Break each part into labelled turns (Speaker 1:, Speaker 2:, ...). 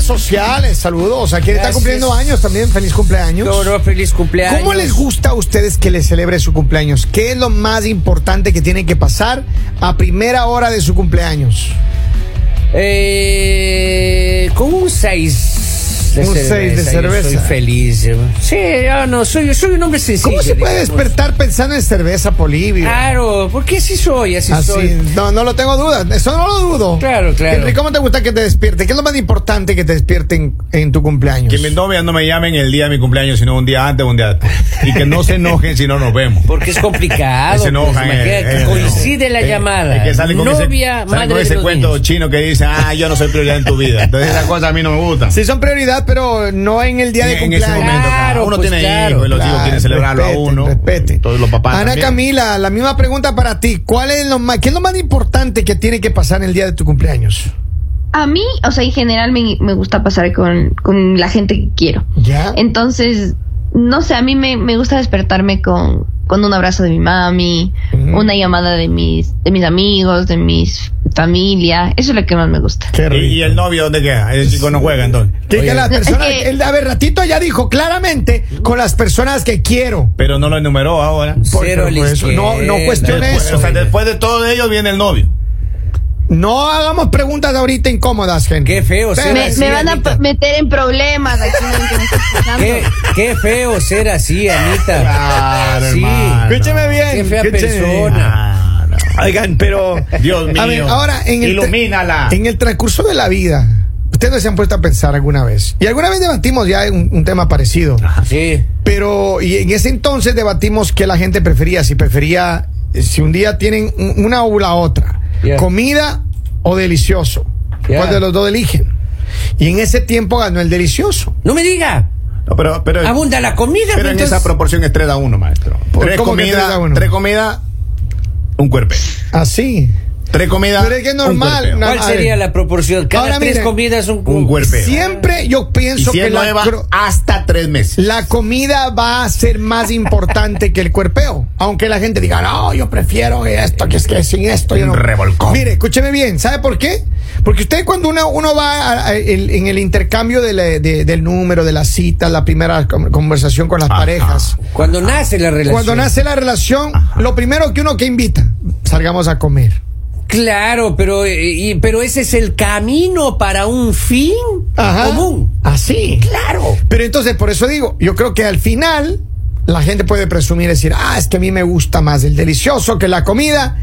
Speaker 1: sociales. Saludos a quien está
Speaker 2: Gracias.
Speaker 1: cumpliendo años también. Feliz cumpleaños.
Speaker 2: No, no, feliz cumpleaños.
Speaker 1: ¿Cómo les gusta a ustedes que les celebre su cumpleaños? ¿Qué es lo más importante que tiene que pasar a primera hora de su cumpleaños?
Speaker 2: Eh, con un 6 de
Speaker 1: Un seis
Speaker 2: cerveza.
Speaker 1: de
Speaker 2: yo
Speaker 1: cerveza.
Speaker 2: soy feliz. Sí, yo no, soy, soy un hombre sencillo.
Speaker 1: ¿Cómo se puede
Speaker 2: digamos.
Speaker 1: despertar pensando en cerveza, Polivio?
Speaker 2: Claro, porque así soy, así,
Speaker 1: Así,
Speaker 2: Ah, soy.
Speaker 1: no, no lo tengo duda, eso no lo dudo.
Speaker 2: Claro, claro.
Speaker 1: Henry, ¿cómo te gusta que te despierte? ¿Qué es lo más importante que te despierten en tu cumpleaños?
Speaker 3: Que mis novias no me llamen el día de mi cumpleaños, sino un día antes o un día después. Y que no se enojen si no nos vemos.
Speaker 2: Porque es complicado.
Speaker 3: Se enojan,
Speaker 2: pues,
Speaker 3: eh,
Speaker 2: imagínate,
Speaker 3: eh,
Speaker 2: coincide
Speaker 3: no.
Speaker 2: la
Speaker 3: Eh,
Speaker 2: llamada.
Speaker 3: es que sale con
Speaker 2: Novia,
Speaker 3: ese, sale
Speaker 2: madre
Speaker 3: con
Speaker 2: de
Speaker 3: ese
Speaker 2: los
Speaker 3: cuento
Speaker 2: niños.
Speaker 3: chino que dice, ah, yo no soy prioridad en tu vida. Entonces esas cosas a mí no me gustan.
Speaker 1: Sí, son prioridad, pero no en el día de
Speaker 3: en
Speaker 1: cumpleaños.
Speaker 3: ese momento.
Speaker 2: Claro,
Speaker 3: uno
Speaker 2: pues,
Speaker 3: tiene
Speaker 2: claro.
Speaker 3: hijos y los hijos
Speaker 1: Claro,
Speaker 3: quieren celebrarlo
Speaker 1: respeten,
Speaker 3: a uno.
Speaker 1: respeten.
Speaker 3: Todos los papás.
Speaker 1: Ana
Speaker 3: también.
Speaker 1: Camila, la misma pregunta para ti. ¿Cuál es lo más, ¿Qué es lo más importante que tiene que pasar en el día de tu cumpleaños?
Speaker 4: A mí, o sea, en general me, me gusta pasar con, con la gente que quiero.
Speaker 1: ¿Ya?
Speaker 4: Entonces, no sé, a mí me, me gusta despertarme con, con un abrazo de mi mami,
Speaker 1: Ujú.
Speaker 4: una llamada de mis, de mis amigos, de mis familia. Eso es lo que más me gusta.
Speaker 1: Qué
Speaker 3: ¿Y, y el novio dónde queda? El chico no juega entonces.
Speaker 1: Que- que
Speaker 2: Oye.
Speaker 1: las
Speaker 4: No, es
Speaker 1: personas-
Speaker 4: que-
Speaker 1: el- a ver, ratito ya dijo claramente con las personas que quiero.
Speaker 3: Pero no lo enumeró ahora.
Speaker 1: Porque,
Speaker 2: Cero a la
Speaker 1: pues,
Speaker 2: izquierda.
Speaker 1: no- no cuestione
Speaker 3: Después,
Speaker 1: eso.
Speaker 3: o sea, después de todo ello viene el novio.
Speaker 1: No hagamos preguntas ahorita incómodas, gente.
Speaker 2: Qué feo,
Speaker 1: Pero
Speaker 2: Seba,
Speaker 4: Me,
Speaker 2: sí,
Speaker 4: me van a
Speaker 2: Anita.
Speaker 4: p- meter en problemas aquí en que me está escuchando.
Speaker 2: Qué, qué feo ser así, Anita.
Speaker 3: Claro,
Speaker 2: sí.
Speaker 3: hermano.
Speaker 1: Escúcheme bien.
Speaker 2: Qué fea
Speaker 1: escúcheme bien.
Speaker 2: persona.
Speaker 3: Ah, no.
Speaker 1: Oigan, pero.
Speaker 3: Dios mío.
Speaker 1: A ver, ahora en el,
Speaker 3: Ilumínala.
Speaker 1: Ah, en el transcurso de la vida, ustedes no se han puesto a pensar alguna vez. Y alguna vez debatimos ya un, un tema parecido.
Speaker 2: Sí.
Speaker 1: Pero y en ese entonces debatimos qué la gente prefería. Si prefería, eh, si un día tienen un- una o la otra.
Speaker 2: Yeah.
Speaker 1: Comida o delicioso.
Speaker 2: Yeah.
Speaker 1: ¿Cuál de los dos eligen? Y en ese tiempo ganó el delicioso.
Speaker 2: No me diga.
Speaker 3: No, pero, pero,
Speaker 2: Abunda la comida.
Speaker 3: pero en
Speaker 2: entonces-
Speaker 3: esa proporción es 3 a 1, maestro.
Speaker 1: ¿Por
Speaker 3: Tres
Speaker 1: cómo que tres a
Speaker 3: comidas,
Speaker 1: uno?
Speaker 3: tres comidas, un cuerpo.
Speaker 1: Así.
Speaker 3: Tres comidas.
Speaker 1: Pero es que es normal,
Speaker 3: un cuerpeo.
Speaker 1: na-
Speaker 2: ¿Cuál
Speaker 1: a ver.
Speaker 2: sería la proporción? Cada
Speaker 1: Ahora
Speaker 2: tres
Speaker 1: mire,
Speaker 2: comidas un,
Speaker 3: un cuerpeo.
Speaker 1: Siempre yo
Speaker 3: y
Speaker 1: pienso
Speaker 3: si
Speaker 1: que
Speaker 3: es
Speaker 1: la
Speaker 3: nueva,
Speaker 1: cro-
Speaker 3: hasta tres meses.
Speaker 1: La comida va a ser más importante que el cuerpeo. Aunque la gente diga, no, yo prefiero esto, que es que sin esto yo
Speaker 3: Un
Speaker 1: no.
Speaker 3: revolcón.
Speaker 1: Mire, escúcheme bien, ¿sabe por qué? Porque usted cuando uno, uno va a- a- el- en el intercambio de la- de- del número, de la cita, la primera com- conversación con las
Speaker 3: Ajá.
Speaker 1: parejas,
Speaker 2: Cuando nace la relación.
Speaker 1: cuando nace la relación,
Speaker 3: Ajá.
Speaker 1: lo primero que uno que invita, salgamos a comer.
Speaker 2: Claro, pero, eh, y- pero ese es el camino para un fin común.
Speaker 1: Así.
Speaker 2: Claro.
Speaker 1: Pero entonces, por eso digo, yo creo que al final la gente puede presumir y decir, ah, es que a mí me gusta más el delicioso que la comida.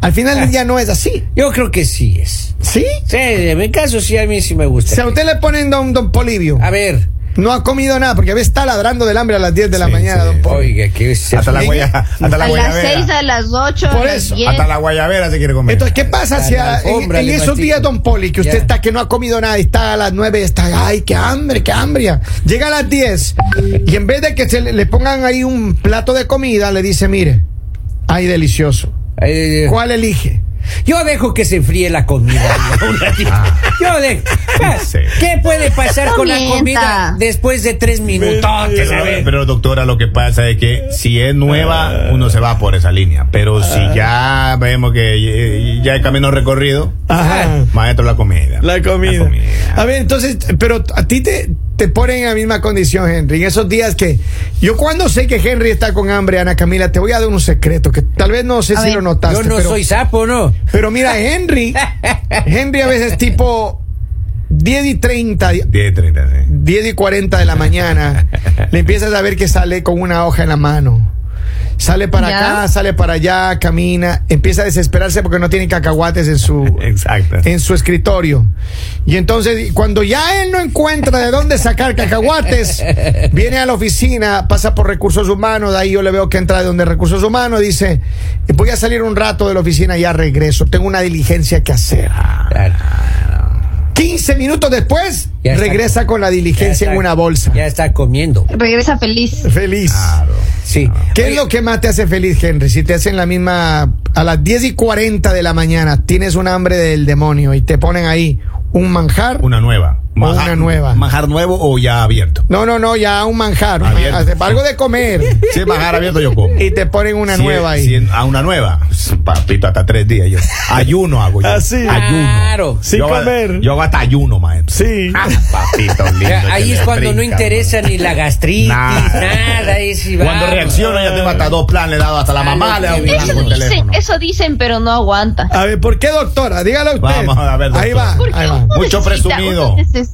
Speaker 1: Al final del día no es así.
Speaker 2: Yo creo que sí es.
Speaker 1: ¿Sí?
Speaker 2: Sí, en mi caso sí, a mí sí me gusta.
Speaker 1: Si a usted le ponen don, don Polivio,
Speaker 2: A ver,
Speaker 1: no ha comido nada porque a veces está ladrando del hambre a las 10 de la
Speaker 3: Sí,
Speaker 1: mañana,
Speaker 3: sí.
Speaker 1: don Polivio.
Speaker 2: oiga, que se-
Speaker 3: Hasta la,
Speaker 1: Mire,
Speaker 3: guaya, hasta la
Speaker 4: a las
Speaker 3: guayabera.
Speaker 4: seis, a las ocho,
Speaker 1: Por
Speaker 4: a las
Speaker 1: eso,
Speaker 4: diez.
Speaker 3: Hasta la guayabera se quiere comer.
Speaker 1: Entonces, ¿qué pasa si
Speaker 2: La
Speaker 1: a- en,
Speaker 2: alfombra
Speaker 1: en
Speaker 2: le
Speaker 1: esos
Speaker 2: mastico.
Speaker 1: días, don Poli, que usted
Speaker 2: Ya.
Speaker 1: está que no ha comido nada y está a las 9 y está, ay, qué hambre, qué hambre? Llega a las 10 y en vez de que se le, le pongan ahí un plato de comida, le dice, mire, ay, delicioso.
Speaker 2: eh,
Speaker 1: ¿Cuál elige?
Speaker 2: Yo dejo que se enfríe la comida. Yo dejo. Ah,
Speaker 3: Sí.
Speaker 2: ¿Qué puede pasar con la
Speaker 4: Comienza.
Speaker 2: comida después de tres minutotes? A ver.
Speaker 3: Pero doctora, lo que pasa es que si es nueva, uno se va por esa línea. Pero si
Speaker 1: Ah.
Speaker 3: ya vemos que eh, ya el camino recorrido,
Speaker 1: Ah,
Speaker 2: Ajá.
Speaker 3: maestro, la comida. La
Speaker 1: A ver, entonces, pero a ti te, te ponen en la misma condición, Henry. En esos días que yo cuando sé que Henry está con hambre, Ana Camila, te voy a dar un secreto que tal vez no sé
Speaker 4: A
Speaker 1: si
Speaker 4: ver.
Speaker 1: lo notaste.
Speaker 2: Yo no
Speaker 1: pero-
Speaker 2: soy sapo, ¿no?
Speaker 1: Pero mira, Henry, Henry a veces tipo 10 y 30,
Speaker 3: 10 30, sí.
Speaker 1: 10 y 40 de la mañana, le empiezas a ver que sale con una hoja en la mano. Sale para
Speaker 4: Ya.
Speaker 1: acá, sale para allá, camina, empieza a desesperarse porque no tiene cacahuates en su
Speaker 3: Exacto.
Speaker 1: en su escritorio. Y entonces, cuando ya él no encuentra de dónde sacar cacahuates, viene a la oficina, pasa por recursos humanos, de ahí yo le veo que entra de donde recursos humanos, dice, voy a salir un rato de la oficina, ya regreso, tengo una diligencia que hacer.
Speaker 2: Claro.
Speaker 1: 15 minutos después,
Speaker 2: Ya está.
Speaker 1: regresa con la
Speaker 2: Ya
Speaker 1: diligencia
Speaker 2: está-
Speaker 1: en una bolsa.
Speaker 2: Ya está comiendo.
Speaker 4: Regresa feliz.
Speaker 1: Feliz.
Speaker 3: Claro.
Speaker 2: Sí.
Speaker 1: ¿Qué es
Speaker 2: Ah. Oye,
Speaker 1: lo que más te hace feliz, Henry? Si te hacen la misma. A las 10 y 40 de la mañana tienes un hambre del demonio y te ponen ahí un manjar.
Speaker 3: Una nueva.
Speaker 1: una nueva.
Speaker 3: ¿Manjar nuevo o ya abierto?
Speaker 1: No, no, no, ya un manjar. un
Speaker 3: Abierto.
Speaker 1: manjar, algo de comer.
Speaker 3: Si es manjar abierto, yo como.
Speaker 1: Y te ponen una
Speaker 3: Si es-
Speaker 1: nueva ahí.
Speaker 3: si es- a una nueva. Papito, hasta tres días yo. Ayuno hago yo.
Speaker 1: Así.
Speaker 3: Ayuno.
Speaker 2: Claro.
Speaker 1: Sin
Speaker 3: yo, hago-
Speaker 1: comer.
Speaker 3: Yo hago hasta ayuno, maestro.
Speaker 1: Sí.
Speaker 3: Ah, papito lindo.
Speaker 2: O sea,
Speaker 3: que
Speaker 2: ahí
Speaker 3: me
Speaker 2: es cuando no
Speaker 3: brinca,
Speaker 2: interesa ni la gastritis,
Speaker 3: Nada.
Speaker 2: nada, es y
Speaker 3: Cuando
Speaker 2: vamos.
Speaker 3: reacciona ya tengo hasta dos planes, le he dado hasta la
Speaker 2: Ah,
Speaker 3: mamá,
Speaker 2: no,
Speaker 3: le he dado un
Speaker 2: sí.
Speaker 3: plan
Speaker 4: Eso
Speaker 3: con
Speaker 4: dicen,
Speaker 3: teléfono.
Speaker 4: eso dicen, pero no aguanta.
Speaker 1: A ver, ¿por qué, doctora? Dígalo usted.
Speaker 3: Vamos a ver,
Speaker 1: Ahí
Speaker 3: doctora.
Speaker 1: va,
Speaker 4: Porque
Speaker 1: ahí va.
Speaker 4: uno
Speaker 3: Mucho
Speaker 4: necesita-
Speaker 3: presumido.
Speaker 4: uno necesita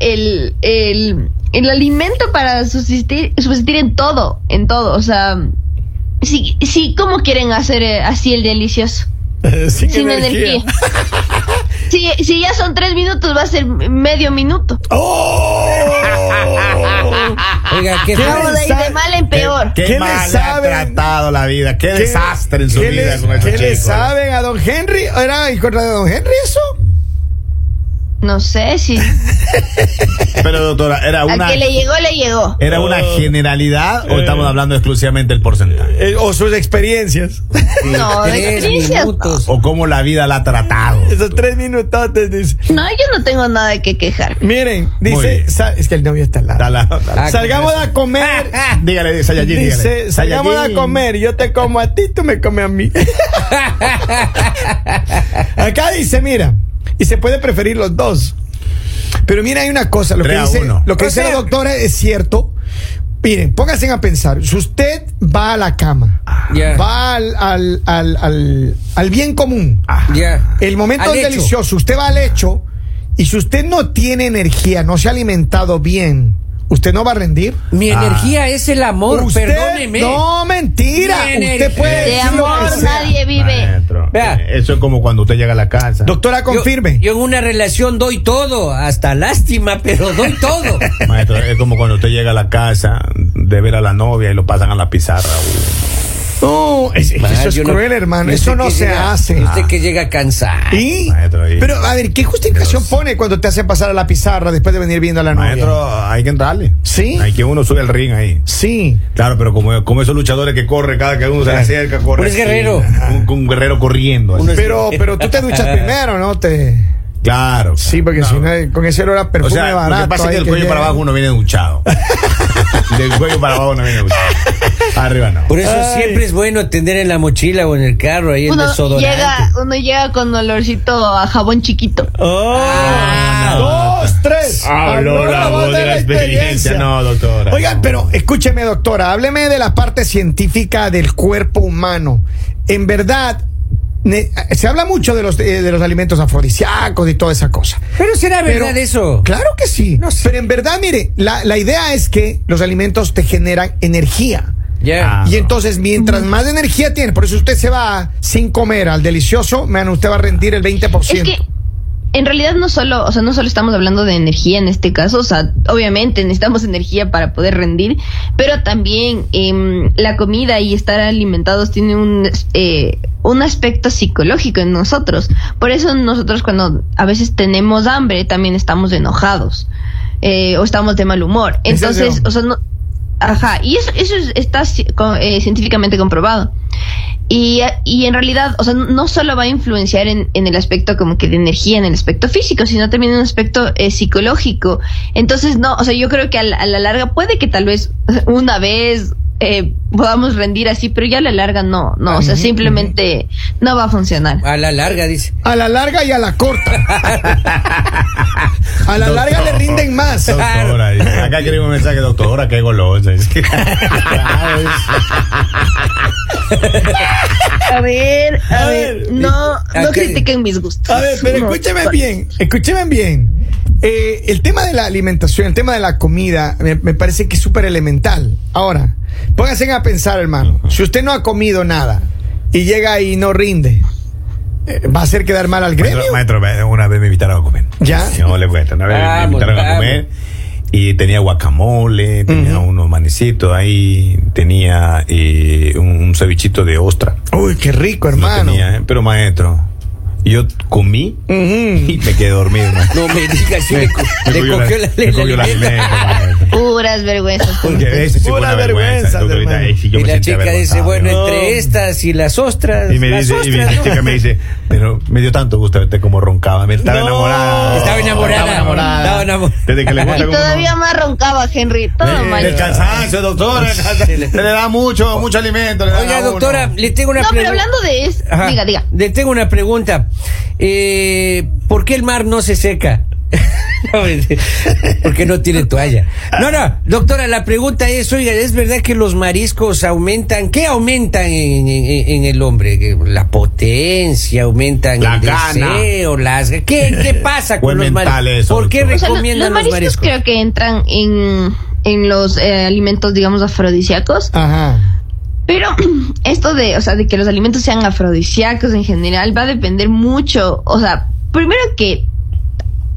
Speaker 4: el, el, el alimento para subsistir, subsistir en todo, en todo. O sea, sí, sí, ¿cómo quieren hacer eh, así el delicioso?
Speaker 1: Sin,
Speaker 4: Sin energía. si, si ya son tres minutos, va a ser medio minuto.
Speaker 1: Ah,
Speaker 3: ¡Oh!
Speaker 2: Oiga, qué
Speaker 1: ¿Qué
Speaker 4: Vamos de ahí de
Speaker 1: sabe?
Speaker 4: mal en peor.
Speaker 3: Qué,
Speaker 1: ¿Qué le
Speaker 3: mal le ha
Speaker 1: saben?
Speaker 3: tratado la vida. Qué, desastre en su
Speaker 1: ¿qué
Speaker 3: vida
Speaker 1: le-
Speaker 3: con esos
Speaker 1: ¿Qué le
Speaker 3: chicos. ¿eh?
Speaker 1: saben a don Henry? ¿Era en contra de don Henry eso?
Speaker 4: No sé si
Speaker 3: Pero doctora, era
Speaker 4: a
Speaker 3: una
Speaker 4: que le llegó, le llegó.
Speaker 3: era una
Speaker 1: Oh.
Speaker 3: generalidad o estamos hablando exclusivamente del porcentaje
Speaker 1: Eh, o sus experiencias.
Speaker 4: No, de
Speaker 2: tres
Speaker 4: experiencias. No.
Speaker 2: minutos.
Speaker 3: o cómo la vida la ha tratado.
Speaker 1: Esos tres minutotes. Dice.
Speaker 4: No, yo no tengo nada que quejar.
Speaker 1: Miren,
Speaker 3: Muy
Speaker 1: dice.
Speaker 3: bien.
Speaker 1: sa- Es que el novio está al lado.
Speaker 3: Dala, dala.
Speaker 2: Ah,
Speaker 1: Salgamos
Speaker 2: con
Speaker 1: a comer.
Speaker 3: Ah.
Speaker 2: Ah,
Speaker 3: Dígale, Sayajin,
Speaker 1: Dice,
Speaker 3: dígale.
Speaker 1: salgamos a
Speaker 3: Sayajin.
Speaker 1: comer, yo te como a ti, tú me comes a mí. Acá dice, mira, y se puede preferir los dos. Pero mira, hay una cosa, lo que
Speaker 3: Tres a
Speaker 1: dice,
Speaker 3: uno.
Speaker 1: lo que
Speaker 2: O
Speaker 1: dice
Speaker 2: sea-
Speaker 1: la doctora es cierto. Miren, pónganse a pensar, si usted va a la cama,
Speaker 3: Ah.
Speaker 2: ah, Ya.
Speaker 1: va al, al, al, al- al bien común,
Speaker 3: Ah.
Speaker 2: Ya.
Speaker 1: el momento
Speaker 2: Al
Speaker 1: es
Speaker 2: hecho.
Speaker 1: delicioso, usted va al hecho, y si usted no tiene energía, no se ha alimentado bien, ¿usted no va a rendir?
Speaker 2: Mi
Speaker 3: Ah.
Speaker 2: energía es el amor,
Speaker 1: Usted-
Speaker 2: perdóneme.
Speaker 1: No, mentira.
Speaker 2: Mi
Speaker 1: Usted
Speaker 2: energía.
Speaker 1: puede
Speaker 4: De
Speaker 1: decir lo que
Speaker 4: amor
Speaker 1: sea.
Speaker 4: nadie vive.
Speaker 3: Maestro,
Speaker 2: Vea.
Speaker 3: eh, Eso es como cuando usted llega a la casa.
Speaker 1: Doctora,
Speaker 2: Yo-
Speaker 1: confirme.
Speaker 2: Yo, en una relación doy todo, hasta lástima, pero doy todo.
Speaker 3: Maestro, es como cuando usted llega a la casa de ver a la novia y lo pasan a la pizarra.
Speaker 1: No, es- es-
Speaker 2: Ah,
Speaker 1: eso es
Speaker 2: yo no-
Speaker 1: cruel, hermano.
Speaker 2: y usted
Speaker 1: Eso no
Speaker 2: que
Speaker 1: se
Speaker 2: llega-
Speaker 1: hace.
Speaker 2: y Usted que llega cansado.
Speaker 1: ¿Y?
Speaker 3: Maestro, y-
Speaker 1: Pero, a ver, ¿qué justificación
Speaker 3: Dios.
Speaker 1: pone cuando te hacen pasar a la pizarra después de venir viendo a la novia?
Speaker 3: Maestro, hay que entrarle.
Speaker 1: Sí.
Speaker 3: Hay que uno sube el ring ahí.
Speaker 1: Sí.
Speaker 3: Claro, pero como, como esos luchadores que corre, cada que uno se le acerca, corre.
Speaker 2: Uno es
Speaker 3: así,
Speaker 2: guerrero.
Speaker 3: Un, un guerrero corriendo. así.
Speaker 2: Uno es-
Speaker 1: Pero, pero tú te duchas primero, ¿no? Te...
Speaker 3: Claro.
Speaker 1: Sí, porque si no, eh, con ese olor a
Speaker 3: O
Speaker 1: perfume
Speaker 3: sea,
Speaker 1: barato.
Speaker 3: lo que pasa es que
Speaker 1: ahí
Speaker 3: del cuello
Speaker 1: llega.
Speaker 3: para abajo uno viene duchado. del cuello para abajo uno viene duchado. Arriba no.
Speaker 2: Por eso
Speaker 1: Ay.
Speaker 2: siempre es bueno tener en la mochila o en el carro ahí el
Speaker 4: Uno
Speaker 2: desodorante.
Speaker 4: llega, uno llega con olorcito a jabón chiquito.
Speaker 1: Oh,
Speaker 2: Ah,
Speaker 1: Dos, tres. Habló la voz de la experiencia.
Speaker 3: No, doctora.
Speaker 1: Oigan,
Speaker 3: no.
Speaker 1: pero escúcheme, doctora, hábleme de la parte científica del cuerpo humano. En verdad, ne- se habla mucho de los, eh, de los alimentos afrodisíacos y toda esa cosa.
Speaker 2: Pero será verdad
Speaker 1: Pero-
Speaker 2: eso.
Speaker 1: Claro que sí.
Speaker 2: No sé.
Speaker 1: Pero en verdad, mire, la, la idea es que los alimentos te generan energía.
Speaker 2: Ya.
Speaker 3: Ah.
Speaker 1: Y entonces, mientras más energía tiene, por eso usted se va sin comer al delicioso, man, usted va a rendir el 20%.
Speaker 4: Es que en realidad no solo, o sea, no solo estamos hablando de energía en este caso, o sea, obviamente necesitamos energía para poder rendir, pero también em, la comida y estar alimentados tiene un eh, un aspecto psicológico en nosotros. Por eso nosotros cuando a veces tenemos hambre también estamos enojados eh, o estamos de mal humor.
Speaker 1: ¿En
Speaker 4: Entonces,
Speaker 1: serio?
Speaker 4: o sea, no, ajá, y eso eso es- está ci- co- eh, científicamente comprobado. Y, y en realidad, o sea, no solo va a influenciar en, en el aspecto como que de energía, en el aspecto físico, sino también en un aspecto eh, psicológico. Entonces, no, o sea, yo creo que a la, a la larga puede que tal vez una vez eh, podamos rendir así, pero ya a la larga no, no, o sea,
Speaker 1: Ujú,
Speaker 4: simplemente no va a funcionar.
Speaker 2: A la larga, dice.
Speaker 1: A la larga y a la corta. a la larga le rinden más.
Speaker 3: Doctora, dice, acá escribe un mensaje, doctora, qué golosa. dice.
Speaker 4: A ver,
Speaker 1: A ver, ver,
Speaker 4: no,
Speaker 2: ¿a
Speaker 4: no
Speaker 2: qué?
Speaker 4: critiquen mis gustos.
Speaker 1: A ver, pero
Speaker 4: No,
Speaker 1: escúcheme bien, escúcheme bien. Eh, el tema de la alimentación, el tema de la comida, me, me parece que es súper elemental. Ahora, pónganse a pensar, hermano, si usted no ha comido nada y llega y no rinde, eh, ¿va a hacer quedar mal al gremio?
Speaker 3: Maestro, maestro, ve, una vez me invitaron a comer.
Speaker 1: Ya.
Speaker 3: No le cuento. Una vez me
Speaker 2: Vamos,
Speaker 3: invitaron a
Speaker 2: vamos.
Speaker 3: comer. Y tenía guacamole, tenía unos manecitos ahí, tenía eh, un, un cevichito de ostra.
Speaker 1: Uy, qué rico,
Speaker 3: Lo
Speaker 1: hermano.
Speaker 3: tenía, ¿eh? Pero maestro, yo comí
Speaker 1: Ujú.
Speaker 3: y me quedé dormido. maestro.
Speaker 2: No me digas si le, co-
Speaker 3: Me
Speaker 2: le
Speaker 3: cogió
Speaker 2: cogió
Speaker 3: la-
Speaker 2: la,
Speaker 3: me
Speaker 2: la-
Speaker 3: cogió el
Speaker 2: la-
Speaker 3: alimento, maestro.
Speaker 4: puras vergüenzas.
Speaker 3: Porque esa sí fue
Speaker 1: Pura
Speaker 3: una vergüenza.
Speaker 1: vergüenza,
Speaker 3: Yo ahorita,
Speaker 1: hermano.
Speaker 3: eh, sí, yo
Speaker 2: y
Speaker 3: me
Speaker 2: la
Speaker 3: sentí
Speaker 2: chica dice,
Speaker 3: avergonzado.
Speaker 2: bueno,
Speaker 1: No.
Speaker 2: entre estas y las ostras.
Speaker 3: Y me
Speaker 2: las
Speaker 3: dice, y
Speaker 2: ostras,
Speaker 3: me- la
Speaker 2: ¿no?
Speaker 3: chica me dice, pero me dio tanto gusto verte como roncaba. Me estaba
Speaker 1: No.
Speaker 3: enamorada.
Speaker 2: Estaba enamorada.
Speaker 3: Estaba enamorada.
Speaker 2: Estaba enamorada.
Speaker 3: Desde que le gusta
Speaker 4: Y
Speaker 3: como-
Speaker 4: todavía más roncaba, Henry. Todo
Speaker 3: Eh,
Speaker 4: mal.
Speaker 3: El cansancio, doctora. el cansancio.
Speaker 2: Sí, le-
Speaker 3: Se le da mucho, mucho alimento. le da a
Speaker 2: Oiga,
Speaker 3: uno.
Speaker 2: doctora, le tengo una
Speaker 4: No, pero
Speaker 2: pregu-
Speaker 4: hablando de eso,
Speaker 2: Ajá.
Speaker 4: diga, diga.
Speaker 2: Le tengo una pregunta. Eh, ¿Por qué el mar no se seca? No, mentira. Porque no tiene toalla. No, no, doctora, la pregunta es, oiga, ¿es verdad que los mariscos aumentan? ¿Qué aumentan en, en- en el hombre? Que La potencia, aumentan
Speaker 3: La
Speaker 2: el
Speaker 3: gana.
Speaker 2: deseo, las... ¿Qué, qué pasa con
Speaker 3: Buen
Speaker 2: los
Speaker 3: mental
Speaker 2: mariscos?
Speaker 3: eso,
Speaker 2: ¿Por qué
Speaker 3: doctora.
Speaker 4: O sea, lo-
Speaker 2: recomiendan
Speaker 4: los mariscos, creo que entran en, en los eh, alimentos, digamos, afrodisíacos.
Speaker 1: Ajá.
Speaker 4: Pero esto de, o sea, de que los alimentos sean afrodisíacos en general va a depender mucho, o sea, primero que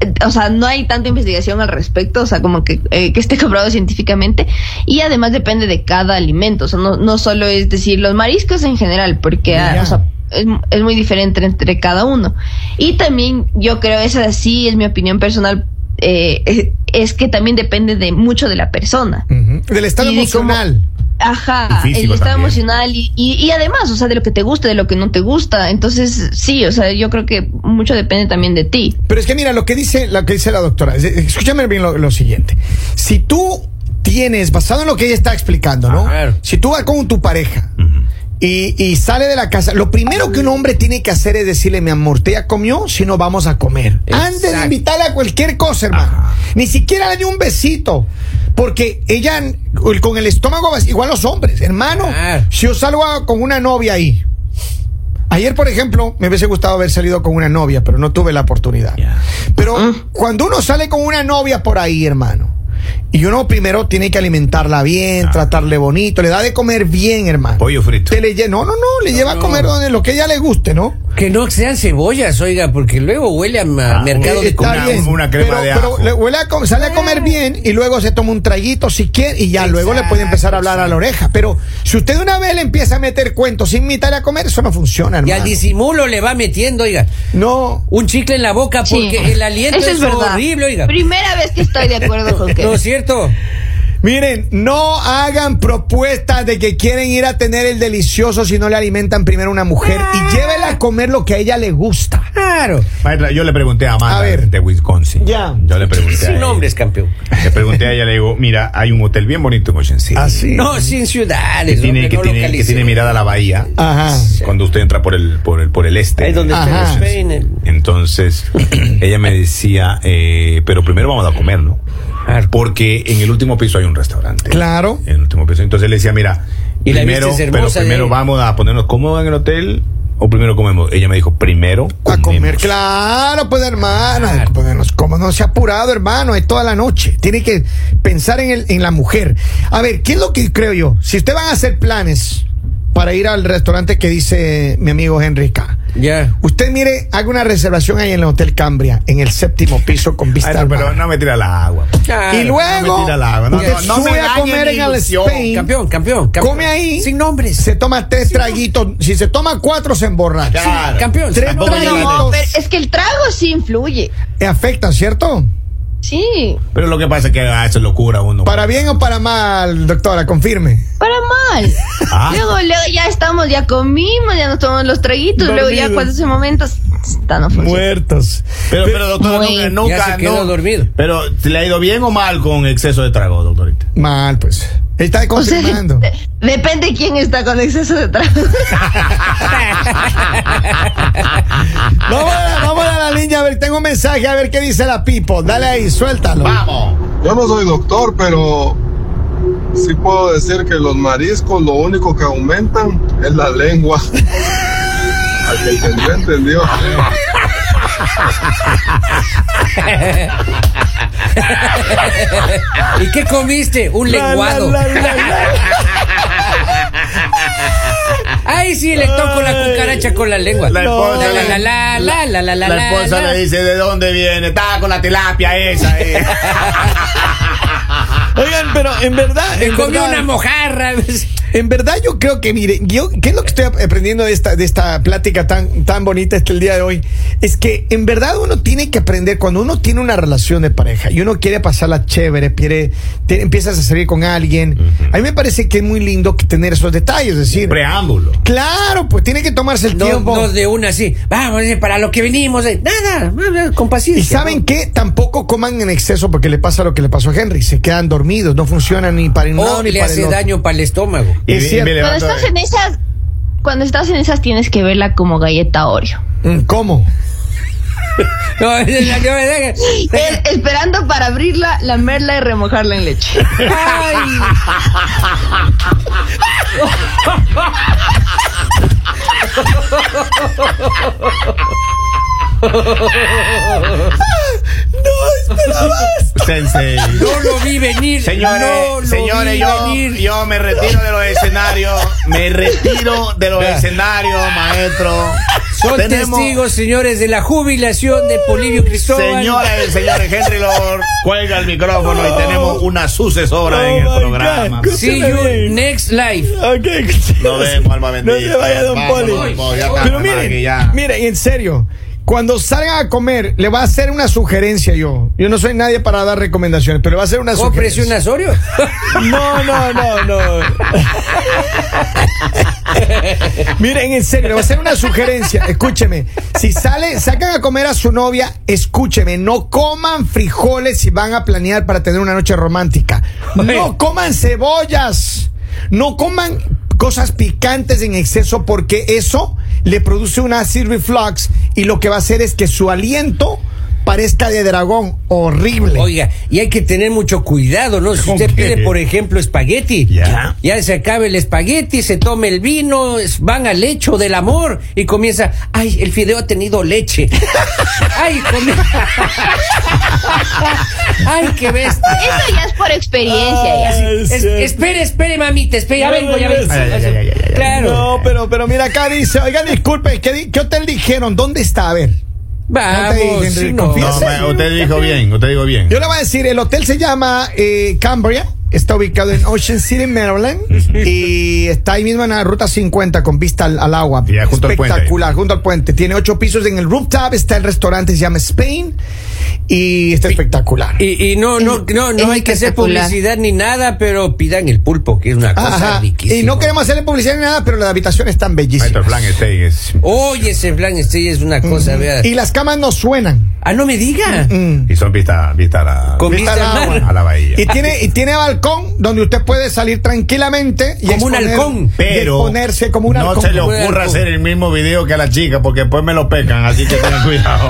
Speaker 4: eh, o sea, no hay tanta investigación al respecto, o sea, como que, eh, que esté comprobado científicamente. Y además depende de cada alimento, o sea, no, no solo es decir los mariscos en general, porque, ah,
Speaker 1: Ya.
Speaker 4: o sea, es, es muy diferente entre cada uno. Y también yo creo, esa así es mi opinión personal, eh, es, es que también depende de mucho de la persona.
Speaker 1: Ujú. Del estado
Speaker 4: Y de cómo-
Speaker 1: emocional.
Speaker 4: Ajá,
Speaker 3: Y
Speaker 4: el
Speaker 3: físico
Speaker 4: estado
Speaker 3: también.
Speaker 4: emocional y, y, y además, o sea, de lo que te gusta, de lo que no te gusta. Entonces, sí, o sea, yo creo que mucho depende también de ti.
Speaker 1: Pero es que mira, lo que dice, lo que dice la doctora, es- escúchame bien lo, lo siguiente. Si tú tienes, basado en lo que ella está explicando, ¿no?
Speaker 2: A ver.
Speaker 1: Si tú vas con tu pareja y, y sale de la casa, lo primero que un hombre tiene que hacer es decirle, mi amor, te ya comió, si no vamos a comer. Antes de
Speaker 2: Exacto.
Speaker 1: invitarle a cualquier cosa, hermano.
Speaker 3: Ajá.
Speaker 1: Ni siquiera le dio un besito. Porque ella, el- con el estómago vacío, igual los hombres, hermano.
Speaker 2: Claro.
Speaker 1: Si yo salgo a- con una novia ahí, Ayer, por ejemplo, me hubiese gustado haber salido con una novia, pero no tuve la oportunidad.
Speaker 3: Ya.
Speaker 1: Pero cuando uno sale con una novia por ahí, hermano, y uno primero tiene que alimentarla bien,
Speaker 3: Ah.
Speaker 1: tratarle bonito, le da de comer bien, hermano.
Speaker 3: Pollo frito.
Speaker 1: Te le lle- no, no, no, le lleva a comer donde lo que ella le guste, ¿no?
Speaker 2: Que no sean cebollas, oiga, porque luego huele a ma-
Speaker 3: Ah,
Speaker 2: mercado de
Speaker 3: está
Speaker 2: comida.
Speaker 3: una- una crema
Speaker 1: pero,
Speaker 3: de
Speaker 1: pero
Speaker 3: ajo.
Speaker 1: le huele a com- sale a comer bien y luego se toma un traguito si quiere y ya luego le puede empezar a hablar a la oreja. Pero si usted de una vez le empieza a meter cuentos sin invitarle a comer, eso no funciona,
Speaker 2: Y al
Speaker 1: hermano.
Speaker 2: disimulo le va metiendo, oiga.
Speaker 1: No.
Speaker 2: Un chicle en la boca
Speaker 4: Sí.
Speaker 2: porque el aliento
Speaker 4: Eso
Speaker 2: es,
Speaker 4: verdad.
Speaker 2: horrible, oiga.
Speaker 4: Primera vez que estoy de acuerdo con que.
Speaker 2: ¿No es cierto?
Speaker 1: Miren, no hagan propuestas de que quieren ir a tener el delicioso si no le alimentan primero a una mujer y llévela a comer lo que a ella le gusta.
Speaker 2: Claro.
Speaker 3: Maestra, yo le pregunté a Amanda
Speaker 1: A ver.
Speaker 3: de Wisconsin.
Speaker 1: Ya.
Speaker 3: Yo le pregunté a
Speaker 2: Sin
Speaker 3: ella.
Speaker 2: nombres, campeón.
Speaker 3: Le pregunté a ella, le digo, mira, hay un hotel bien bonito en Ocean
Speaker 2: Ah,
Speaker 3: City.
Speaker 1: Así.
Speaker 2: No, sin ciudades.
Speaker 3: Que tiene,
Speaker 2: hombre,
Speaker 3: que,
Speaker 2: no
Speaker 3: tiene, que
Speaker 2: localicemos.
Speaker 3: tiene mirada a la bahía.
Speaker 1: Ajá.
Speaker 3: Cuando usted entra por el, por el, por el este.
Speaker 2: Ahí donde
Speaker 1: Ajá.
Speaker 2: está el peine.
Speaker 3: Entonces, ella me decía, eh, pero primero vamos a comer, ¿no?
Speaker 2: Claro.
Speaker 3: Porque en el último piso hay un restaurante.
Speaker 1: Claro.
Speaker 3: En el último piso. Entonces le decía, mira,
Speaker 2: Y la
Speaker 3: primero,
Speaker 2: vista es
Speaker 3: pero
Speaker 2: hermosa eh. de
Speaker 3: primero
Speaker 2: ahí.
Speaker 3: vamos a ponernos cómodos en el hotel o primero comemos. Ella me dijo, primero
Speaker 1: A comer,
Speaker 3: comemos.
Speaker 1: claro, pues hermana,
Speaker 2: Claro.
Speaker 1: ponernos como no se ha apurado, hermano, es toda la noche. Tiene que pensar en, el, en la mujer. A ver, ¿qué es lo que creo yo? Si usted van a hacer planes para ir al restaurante que dice mi amigo Enrica,
Speaker 2: Ya.
Speaker 1: usted mire, haga una reservación ahí en el Hotel Cambria, en el séptimo piso con vista
Speaker 3: Ay,
Speaker 1: al
Speaker 3: no, Ah, pero
Speaker 1: mar.
Speaker 3: no me tira la agua.
Speaker 2: Claro.
Speaker 1: Y luego
Speaker 3: me tira el agua. No,
Speaker 1: usted
Speaker 3: no, no me
Speaker 1: sube a
Speaker 3: dañe
Speaker 1: comer
Speaker 3: mi
Speaker 1: en el
Speaker 3: ilusión,
Speaker 1: Spain,
Speaker 2: Campeón, campeón, campeón.
Speaker 1: come ahí,
Speaker 2: Sin nombres.
Speaker 1: se toma tres traguitos, si se toma cuatro se emborracha.
Speaker 3: Claro.
Speaker 2: Campeón.
Speaker 1: Tres
Speaker 2: tampoco
Speaker 4: No,
Speaker 2: llevan-
Speaker 1: Traguitos.
Speaker 4: pero es que el trago sí influye.
Speaker 1: Eh, Afecta, ¿cierto?
Speaker 4: Sí,
Speaker 3: Pero lo que pasa es que ah, eso es locura uno.
Speaker 1: Para bien o para mal, doctora, confirme.
Speaker 4: para mal.
Speaker 3: Ah.
Speaker 4: Luego, luego ya estamos, ya comimos, ya nos tomamos los traguitos. Luego ya
Speaker 1: Dormidos.
Speaker 4: cuando ese momento está no funciona.
Speaker 1: Muertos.
Speaker 3: Pero, pero doctora,
Speaker 4: Muy-
Speaker 3: nunca,
Speaker 4: Ya
Speaker 3: nunca.
Speaker 2: se quedó
Speaker 3: no-
Speaker 2: dormido.
Speaker 3: Pero, ¿le ha ido bien o mal con exceso de trago, doctorita?
Speaker 1: Mal, pues. Él está
Speaker 4: O sea,
Speaker 1: confirmando.
Speaker 4: de- depende de quién está con exceso de trago. Ah.
Speaker 1: vamos, a la, vamos a la línea, a ver, tengo un mensaje, a ver qué dice la Pipo. Dale ahí, suéltalo.
Speaker 3: Vamos.
Speaker 5: Yo no soy doctor, pero sí puedo decir que los mariscos lo único que aumentan es la lengua. Al que entendió, entendió.
Speaker 2: ¿Y qué comiste? Un lenguado.
Speaker 1: La, la, la, la, la.
Speaker 2: Ay, sí, le toco la cucaracha con la lengua.
Speaker 3: La esposa
Speaker 2: La, la,
Speaker 3: le-
Speaker 2: la, la, la, la, la,
Speaker 3: La esposa
Speaker 2: la.
Speaker 3: le dice, ¿de dónde viene? Estaba con la tilapia esa. eh".
Speaker 6: Oigan, pero en verdad.
Speaker 2: Me
Speaker 6: En
Speaker 2: comió
Speaker 6: verdad,
Speaker 2: una mojarra.
Speaker 6: en verdad yo
Speaker 1: Yo creo que, mire, yo, ¿qué es lo que estoy aprendiendo de esta, de esta plática tan, tan bonita hasta el día de hoy? Es que en verdad uno tiene que aprender, cuando uno tiene una relación de pareja y uno quiere pasarla chévere, quiere, te- empiezas a salir con alguien, a mí me parece que es muy lindo que tener esos detalles, es decir,
Speaker 3: Preámbulo.
Speaker 1: claro, pues tiene que tomarse el
Speaker 2: No,
Speaker 1: tiempo.
Speaker 2: no de una así. Vamos, eh, para lo que venimos. eh, Nada, nada, con
Speaker 1: Y
Speaker 2: paciencia.
Speaker 1: saben
Speaker 2: ¿no?
Speaker 1: qué, tampoco coman en exceso porque le pasa lo que le pasó a Henry, se quedan dormidos, no funcionan ni para un
Speaker 2: O
Speaker 1: lado ni
Speaker 2: Oh, le
Speaker 1: para el
Speaker 2: hace
Speaker 1: otro.
Speaker 2: daño para el estómago.
Speaker 3: Y,
Speaker 1: Es
Speaker 3: y
Speaker 1: cierto.
Speaker 3: me
Speaker 4: Cuando
Speaker 3: levanto
Speaker 4: estás
Speaker 3: de-
Speaker 4: en esas, cuando estás en esas tienes que verla como galleta Oreo.
Speaker 1: Mm, ¿Cómo?
Speaker 2: No, es la que me deja.
Speaker 4: El- esperando para abrirla, lamerla y remojarla en leche.
Speaker 2: Ay.
Speaker 3: Sensei.
Speaker 2: No lo vi venir.
Speaker 3: Señores,
Speaker 2: no lo
Speaker 3: señores,
Speaker 2: vi
Speaker 3: yo,
Speaker 2: venir.
Speaker 3: yo me retiro de los escenarios. Me retiro de los
Speaker 2: Vea.
Speaker 3: escenarios, maestro.
Speaker 2: Son
Speaker 3: Tenemos-
Speaker 2: testigos, señores, de la jubilación de Polivio Cristóbal.
Speaker 3: Señoras y señores, Henry Lord cuelga el micrófono y tenemos una sucesora
Speaker 6: Oh
Speaker 3: en
Speaker 6: my
Speaker 3: el programa.
Speaker 6: God.
Speaker 2: See you next life.
Speaker 6: Ok, chicos.
Speaker 3: Nos vemos, alma
Speaker 6: No
Speaker 3: bendita.
Speaker 6: se vaya, don
Speaker 3: Vamos,
Speaker 6: Poli.
Speaker 3: don Poli, ya está,
Speaker 6: Pero
Speaker 3: hermano,
Speaker 6: miren,
Speaker 3: que ya.
Speaker 1: Mire, en serio, cuando salga a comer, le va a hacer una sugerencia yo. Yo no soy nadie para dar recomendaciones, pero le va a hacer una
Speaker 2: Cómprese un
Speaker 1: sugerencia.
Speaker 2: asorio.
Speaker 6: No, no, no, no.
Speaker 1: Miren, en serio, le va a hacer una sugerencia. Escúcheme, si sale, sacan a comer a su novia, escúcheme, no coman frijoles si van a planear para tener una noche romántica. No coman cebollas. No coman cosas picantes en exceso porque eso le produce un acid reflux y lo que va a hacer es que su aliento parezca de dragón. Horrible.
Speaker 2: Oiga, y hay que tener mucho cuidado, ¿no? Si
Speaker 3: ¿Con
Speaker 2: usted
Speaker 3: qué?
Speaker 2: pide, por ejemplo, espagueti,
Speaker 3: Ya.
Speaker 2: ya se acaba el espagueti, se toma el vino, es- van al hecho del amor y comienza, ay, el fideo ha tenido leche. ay, come- ay, qué bestia.
Speaker 4: Eso ya es por experiencia. ya.
Speaker 2: Es- espere, espere, mamita, espere, ya vengo, ya vengo.
Speaker 3: Ay, ay, ay, ay, ay, ay.
Speaker 2: Claro.
Speaker 1: No, pero, pero mira, acá dice, oiga, disculpe, ¿qué, di- qué hotel dijeron? ¿Dónde está? A ver.
Speaker 2: Vamos,
Speaker 1: No te dije,
Speaker 2: sí,
Speaker 1: Enrique,
Speaker 2: no.
Speaker 1: confía.
Speaker 3: No, ma- usted dijo bien, usted dijo bien.
Speaker 1: Yo le voy a decir, el hotel se llama eh, Cambria, está ubicado en Ocean City, Maryland, y está ahí mismo en la ruta 50 con vista al, al agua.
Speaker 3: Ya, junto al puente.
Speaker 1: Espectacular, junto al puente. Tiene ocho pisos en el rooftop, está el restaurante, se llama Spain, y está espectacular.
Speaker 2: Y, y no, no, no, no
Speaker 4: Es
Speaker 2: hay que hacer
Speaker 4: espectacular.
Speaker 2: publicidad ni nada, pero pidan el pulpo, que es una cosa
Speaker 1: Ajá.
Speaker 2: riquísima.
Speaker 1: Y no queremos hacerle publicidad ni nada, pero las habitaciones están
Speaker 3: Maestro
Speaker 1: bellísimas.
Speaker 3: Flan este es-
Speaker 2: Oye, ese plan este es una cosa, vea.
Speaker 1: Mm, Y las camas no suenan.
Speaker 2: Ah, no me diga.
Speaker 1: Mm.
Speaker 3: Y son vistas vista a la,
Speaker 2: Con
Speaker 3: vista
Speaker 2: vista
Speaker 1: al
Speaker 3: a
Speaker 2: al
Speaker 3: la-
Speaker 2: mar.
Speaker 3: a la bahía.
Speaker 1: Y tiene, y tiene balcón donde usted puede salir tranquilamente. Y
Speaker 2: Como un
Speaker 1: exponer-
Speaker 2: halcón.
Speaker 3: Pero
Speaker 1: Exponerse como un
Speaker 3: no
Speaker 1: halcón.
Speaker 3: se le
Speaker 2: como un
Speaker 3: ocurra
Speaker 2: halcón.
Speaker 3: hacer el mismo video que a la chica porque después me lo pecan, así que tengan cuidado.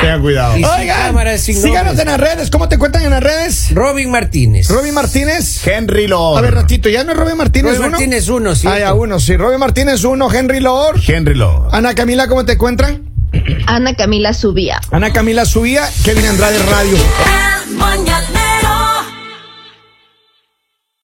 Speaker 3: tengan cuidado.
Speaker 2: Y- sin
Speaker 1: Oigan,
Speaker 2: cámaras, sin
Speaker 1: síganos
Speaker 2: nombres.
Speaker 1: en las redes. ¿Cómo te cuentan en las redes?
Speaker 2: Robin Martínez.
Speaker 1: Robin Martínez.
Speaker 3: Henry Lord.
Speaker 1: A ver, ratito, ¿ya no es Robin Martínez
Speaker 2: Robin
Speaker 1: uno?
Speaker 2: Martínez uno, sí.
Speaker 1: Ah, ya, uno, sí. Robin Martínez uno, Henry Lord.
Speaker 3: Henry Lord.
Speaker 1: Ana Camila, ¿cómo te encuentran?
Speaker 4: Ana Camila subía.
Speaker 1: Ana Camila Subía, Kevin Andrade Radio.
Speaker 7: El mañanero